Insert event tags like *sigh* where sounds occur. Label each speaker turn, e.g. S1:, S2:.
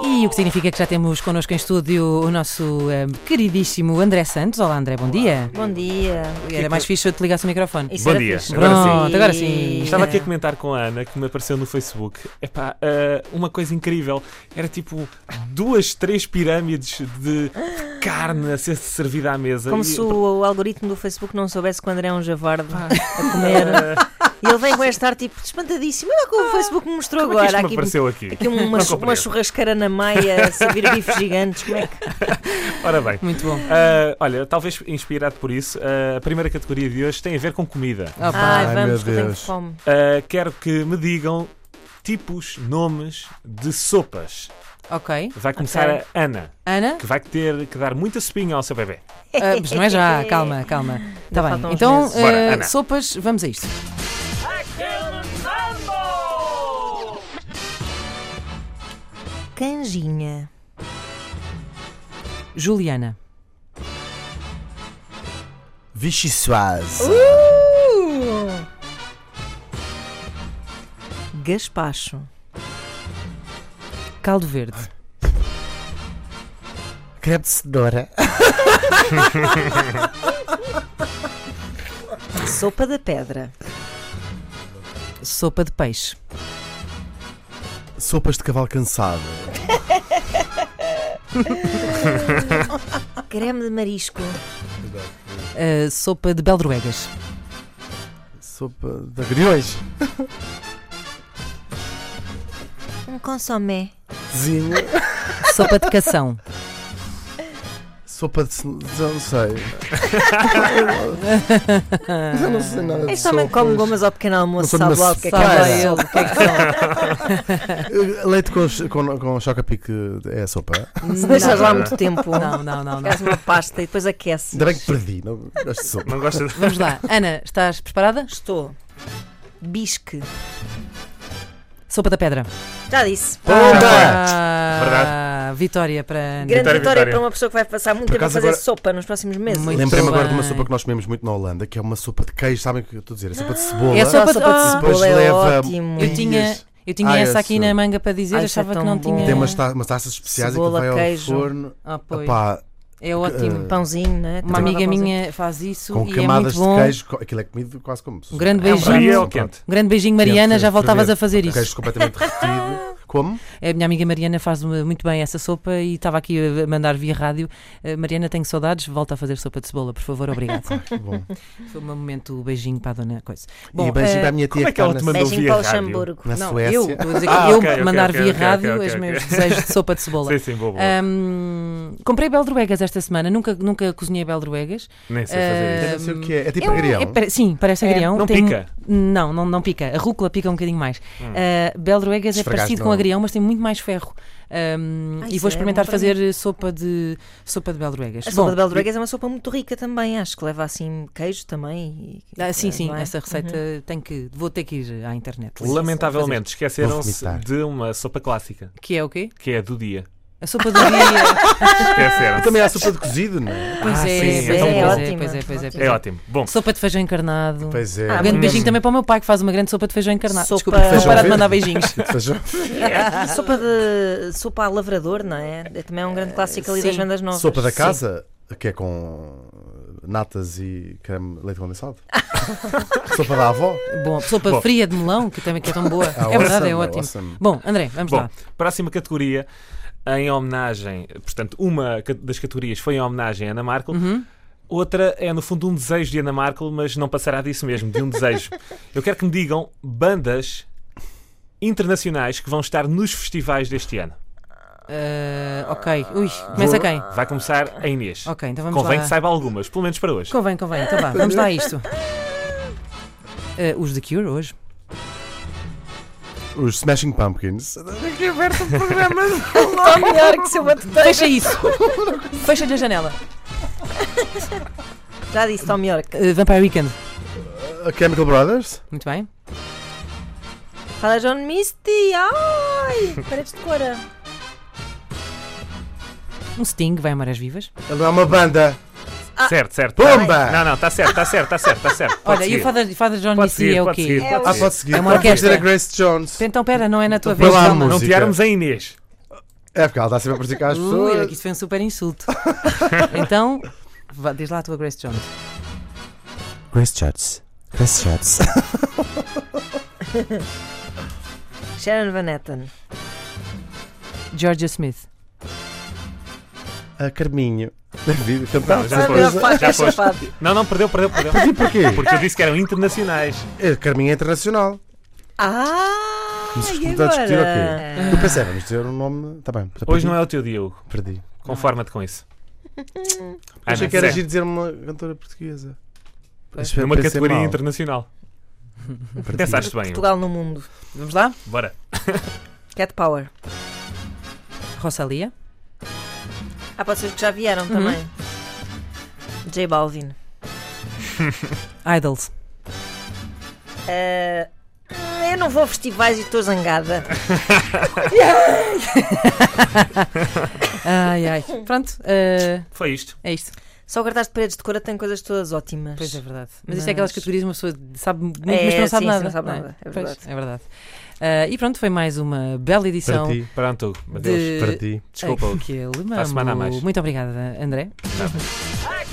S1: E o que significa que já temos connosco em estúdio o nosso eh, queridíssimo André Santos. Olá, André, bom dia.
S2: Bom dia.
S1: Era mais fixe eu te ligasse o microfone.
S2: Isso
S3: Bom
S2: era
S3: dia.
S2: fixe.
S3: Agora sim.
S1: Pronto, agora sim.
S3: Estava
S2: É.
S3: aqui a comentar com a Ana, que me apareceu no Facebook. Epá, ah, uma coisa incrível. Era tipo duas, três pirâmides de carne a ser servida à mesa.
S2: *laughs* Como
S3: E-
S2: se o, o algoritmo do Facebook não soubesse que o André é um javarde a *laughs*
S3: eh,
S1: *laughs*
S3: é
S2: comer. e ele vem com este ar tipo espantadíssimo. Olha o que
S1: Ah.
S2: o Facebook me mostrou
S3: Como é que
S2: agora.
S3: isto me
S2: aqui
S3: apareceu aqui?
S2: aqui uma,
S3: Não
S2: chu- uma
S3: compreendo.
S2: churrasqueira na maia a servir bifes gigantes. Como é que...
S3: Ora bem.
S1: Muito bom.
S3: ah, olha, talvez inspirado por isso, ah, a primeira categoria de hoje tem a ver com comida.
S1: Opa.
S2: Ai,
S4: Ai,
S2: vamos,
S4: meu
S2: que eu tenho
S4: Deus.
S2: fome.
S3: Ah, quero que me digam tipos, nomes de sopas.
S1: ok.
S3: Vai começar
S2: Ok.
S3: a Ana,
S1: Ana? *laughs*
S3: que vai ter que dar muita sopinha ao seu bebê.
S1: Ah, mas não é já, calma, calma. Está
S2: Ainda
S1: bem.
S2: faltam uns
S1: Então,
S2: meses.
S1: eh,
S3: Bora, Ana.
S1: sopas, vamos a isto.
S2: Canjinha.
S1: Juliana.
S4: Vichy Soise.
S2: Gaspacho.
S1: Caldo verde.
S4: Crepe de cenoura.
S2: Sopa da pedra.
S1: Sopa de peixe.
S4: Sopas de cavalo cansado.
S2: Creme de marisco.
S1: Ah, sopa de beldroegas.
S4: Sopa de agriões.
S2: Um consomé.
S4: Zinho.
S1: Sopa de *laughs* cação.
S4: Sopa de. cen- Já não sei. Já não sei
S1: É
S4: nada de
S2: Este homem
S4: sopas.
S2: come gomas ao pequeno almoço.
S4: Não sou de
S2: Sabe lá o que é que
S1: Sabe
S4: maçã.
S1: lá
S2: é.
S1: ele, o que é que são?
S4: Eh, Leite com, ch- com, com choca-pique é a sopa.
S2: Se deixas
S1: Não.
S2: lá muito tempo.
S1: Não, não, não, não.
S2: Faz uma pasta e depois aquece.
S4: Ainda bem que perdi. Não gosto de sopa.
S2: *laughs*
S3: Não gosta de.
S1: Vamos lá. Ana, estás preparada?
S2: Estou. Bisque.
S1: Sopa da pedra.
S2: Já disse.
S4: Pumba!
S1: Ah,
S3: Verdade.
S1: Vitória para Ana.
S2: Grande vitória,
S3: Vitória, vitória.
S2: para uma pessoa que vai passar muito
S4: Por
S2: tempo a
S4: acaso
S2: fazer
S4: agora-
S2: sopa nos próximos meses.
S1: Muito.
S4: Lembrei-me agora de uma
S1: bem.
S4: sopa que nós comemos muito na Holanda, que é uma sopa de queijo, sabem o que eu estou a dizer? É sopa de cebola.
S1: É
S2: Só
S1: sopa de-
S2: de
S1: Ah.
S2: cebola
S4: Depois
S2: é
S4: leva-
S2: ótimo.
S1: Eu tinha,
S4: Dias.
S1: eu tinha
S4: Ah,
S1: essa aqui
S4: essa.
S1: na manga para dizer,
S2: Ai, isso é
S1: achava que
S2: tão
S1: não
S2: bom.
S1: tinha.
S4: Tem umas, ta umas taças especiais e
S2: Cebola,
S4: que vai
S2: queijo.
S4: ao forno.
S1: Ah, pois.
S4: Epá,
S1: É ótimo.
S4: eh,
S2: Pãozinho,
S1: Uma
S2: né? Também
S1: amiga
S2: dá pãozinho.
S1: minha faz isso
S4: com
S1: e é muito
S4: camadas
S1: bom.
S4: de queijo, co- aquilo é comido quase como se
S1: Um grande
S2: É um
S1: beijinho.
S3: Frio ou quente?
S1: Um grande beijinho, Mariana. Já voltavas a fazer isso.
S4: Queijo
S1: *laughs*
S4: completamente retido. Como?
S1: A minha amiga Mariana faz uma- muito bem essa sopa e estava aqui a mandar via rádio. Eh, Mariana, tenho saudades. Volta a fazer sopa de cebola, por favor. Obrigado.
S4: *laughs* Que bom.
S1: Foi o meu momento. Beijinho para a dona Coisa.
S4: e beijinho
S1: eh,
S4: para a minha tia
S3: como é que ela te
S4: está na-
S3: mandou
S2: Beijinho
S3: via
S2: para o
S3: rádio?
S2: Luxemburgo.
S4: na,
S1: não,
S4: Suécia.
S1: eu estou a dizer que
S3: Ah,
S1: eu
S3: ok, ok,
S1: mandar
S3: ok,
S1: via
S3: ok,
S1: rádio
S3: ok,
S1: os
S3: ok.
S1: meus desejos de
S3: *laughs*
S1: sopa de cebola.
S3: Sim, sim, boa, boa.
S2: Eh,
S1: Hum, comprei beldroegas esta semana, nunca, nunca cozinhei beldroegas.
S3: Nem sei
S2: eh,
S3: fazer isso.
S4: Eu não sei o que é. É tipo
S1: É um-
S4: agrião.
S1: é pare- sim, parece
S2: É.
S1: agrião.
S3: Não
S1: Tem-
S3: pica? Hum.
S1: Não, não, não pica. A rúcula pica um bocadinho mais. Uh, beldroegas é
S4: Esfregaste
S1: parecido
S4: no-
S1: com agrião, mas tem muito mais ferro. Um,
S2: Ah,
S1: e
S2: isso
S1: vou
S2: é
S1: experimentar
S2: bom para
S1: fazer sopa de, sopa de beldroegas.
S2: A sopa
S1: Bom,
S2: de Beldroegas é uma sopa muito rica também, acho que leva assim queijo também. e-
S1: ah, sim, sim,
S2: não é?
S1: essa receita tem que, vou ter que ir à internet.
S3: Lamentavelmente,
S4: Vou
S3: esqueceram-se
S4: vomitar.
S3: de uma sopa clássica,
S1: Que é o quê?
S3: que é a do dia.
S1: A sopa do
S3: *laughs*
S1: dia.
S3: Esqueceram-se.
S4: Também há sopa de cozido, não é?
S1: Pois
S3: Ah,
S1: é,
S3: sim,
S1: pois
S3: é
S1: é,
S3: tão
S1: pois
S3: bom.
S1: é, pois é, pois é, pois
S3: É
S1: é.
S3: ótimo. Bom,
S1: Sopa de feijão encarnado.
S4: Pois é.
S2: Ah,
S1: Um grande
S2: Hum.
S1: beijinho também para o meu pai que faz uma grande sopa de feijão encarnado.
S2: Sopa-
S1: Desculpa, vou
S4: Feijão
S1: parar de
S4: verde.
S1: mandar
S4: *laughs*
S1: beijinhos.
S4: Feijão.
S2: E Ah, sopa de sopa à lavrador, não é? É Também é um grande clássico ali
S1: Sim.
S2: das vendas novas.
S4: Sopa da casa, que é com natas e creme de leite condensado. sopa da avó.
S1: Bom, sopa
S3: Bom.
S1: fria de melão, que também que é tão
S3: *laughs*
S1: boa.
S4: Ah,
S1: é verdade,
S4: awesome,
S1: é ótimo.
S4: awesome.
S1: Bom, André, vamos
S3: bom
S1: lá.
S3: próxima categoria, em homenagem, portanto, uma ca- das categorias foi em homenagem a Ana Markel.
S1: Uhum.
S3: Outra é, no fundo, um desejo de Ana Markel, mas não passará disso mesmo, de um
S1: *laughs*
S3: desejo. Eu quero que me digam bandas internacionais que vão estar nos festivais deste ano.
S1: Eh, ok. Ui, começa quem?
S3: Vai começar a Inês.
S1: Ok, então vamos
S3: Convém
S1: lá.
S3: que saiba algumas, pelo menos para hoje.
S1: Convém, convém. Então vá, vamos lá a isto. Eh, os The Cure hoje.
S4: Os Smashing Pumpkins.
S2: Está É melhor que seu batuteiro.
S1: Fecha isso. Fecha-lhe a janela.
S2: Já disse, está melhor.
S1: Eh, Vampire Weekend.
S4: A Chemical Brothers.
S1: Muito bem.
S2: Fala John Misty. Ai, paredes de cora.
S1: Um Sting, vai amar as vivas.
S4: Ele não é uma banda.
S3: Certo, certo.
S4: Pumba!
S3: Não, não, está certo, está certo, está certo, está certo. Pode
S1: Olha, e
S3: seguir.
S1: o Father, Father John
S3: Pode
S1: Missy
S3: seguir,
S1: é o
S3: pode seguir,
S1: quê?
S3: pode
S4: Ah,
S3: seguir.
S4: pode seguir.
S1: É uma
S4: Vamos
S1: orquestra.
S4: dizer a Grace Jones.
S1: Então pera, não é na tua
S4: Vai
S1: vez.
S4: lá,
S1: calma.
S4: amor.
S3: Não
S4: música.
S3: tirarmos a Inês.
S4: É porque ela está sempre a prejudicar as
S1: Ui,
S4: pessoas.
S1: olha que isso foi um super insulto. *laughs* então, vá, diz lá a tua Grace Jones.
S5: Grace Jones. Grace Jones.
S2: Sharon Van Etten.
S1: Georgia Smith.
S4: A Carminho. Deve
S3: Não,
S4: cantar.
S3: já foi.
S2: Olha, pá,
S3: Já foste.
S2: pá,
S3: Não, não, perdeu, perdeu,
S4: *laughs*
S3: perdeu.
S4: E porquê?
S3: Porque eu disse que eram internacionais.
S4: A Carminho é internacional.
S2: Ah,
S4: Mas
S2: e
S4: estão a discutir o
S2: agora?
S4: Eu pensei, "Ah, vamos dizer o nome. Está bem.
S3: Hoje não é Ah, o teu Diogo.
S4: Perdi.
S3: Conforma-te com isso. Ana,
S4: Achei que era
S3: sério,
S4: giro dizer uma cantora portuguesa.
S1: Pois.
S4: Pensei
S3: Numa categoria
S4: mal.
S3: internacional.
S4: Perdi.
S3: Pensaste bem.
S2: Portugal no mundo.
S1: Vamos lá?
S3: Bora.
S2: Cat Power.
S1: Rosalia.
S2: Ah, pode ser que já vieram
S1: Uhum.
S2: também. J Balvin.
S1: Idols.
S2: Eh, eu não vou a festivais e estou zangada.
S1: Ai, ai. Pronto, eh,
S3: Foi isto.
S1: é isto.
S2: Só o cartaz de paredes de cora tem coisas todas ótimas.
S1: Pois é verdade. Mas, isto é aquelas categorias que uma pessoa sabe muito,
S2: É,
S1: mas que não sabe
S2: sim,
S1: nada.
S2: não sabe
S1: é?
S2: nada, é
S1: Pois,
S2: verdade.
S1: é verdade. Ah, e pronto, foi mais uma bela
S4: Para
S1: edição.
S4: ti.
S3: Pronto, Mateus.
S1: De-
S4: Para ti.
S3: Desculpa.
S1: Aquele
S3: Para a semana a mais.
S1: Muito obrigada, André.
S3: Nada.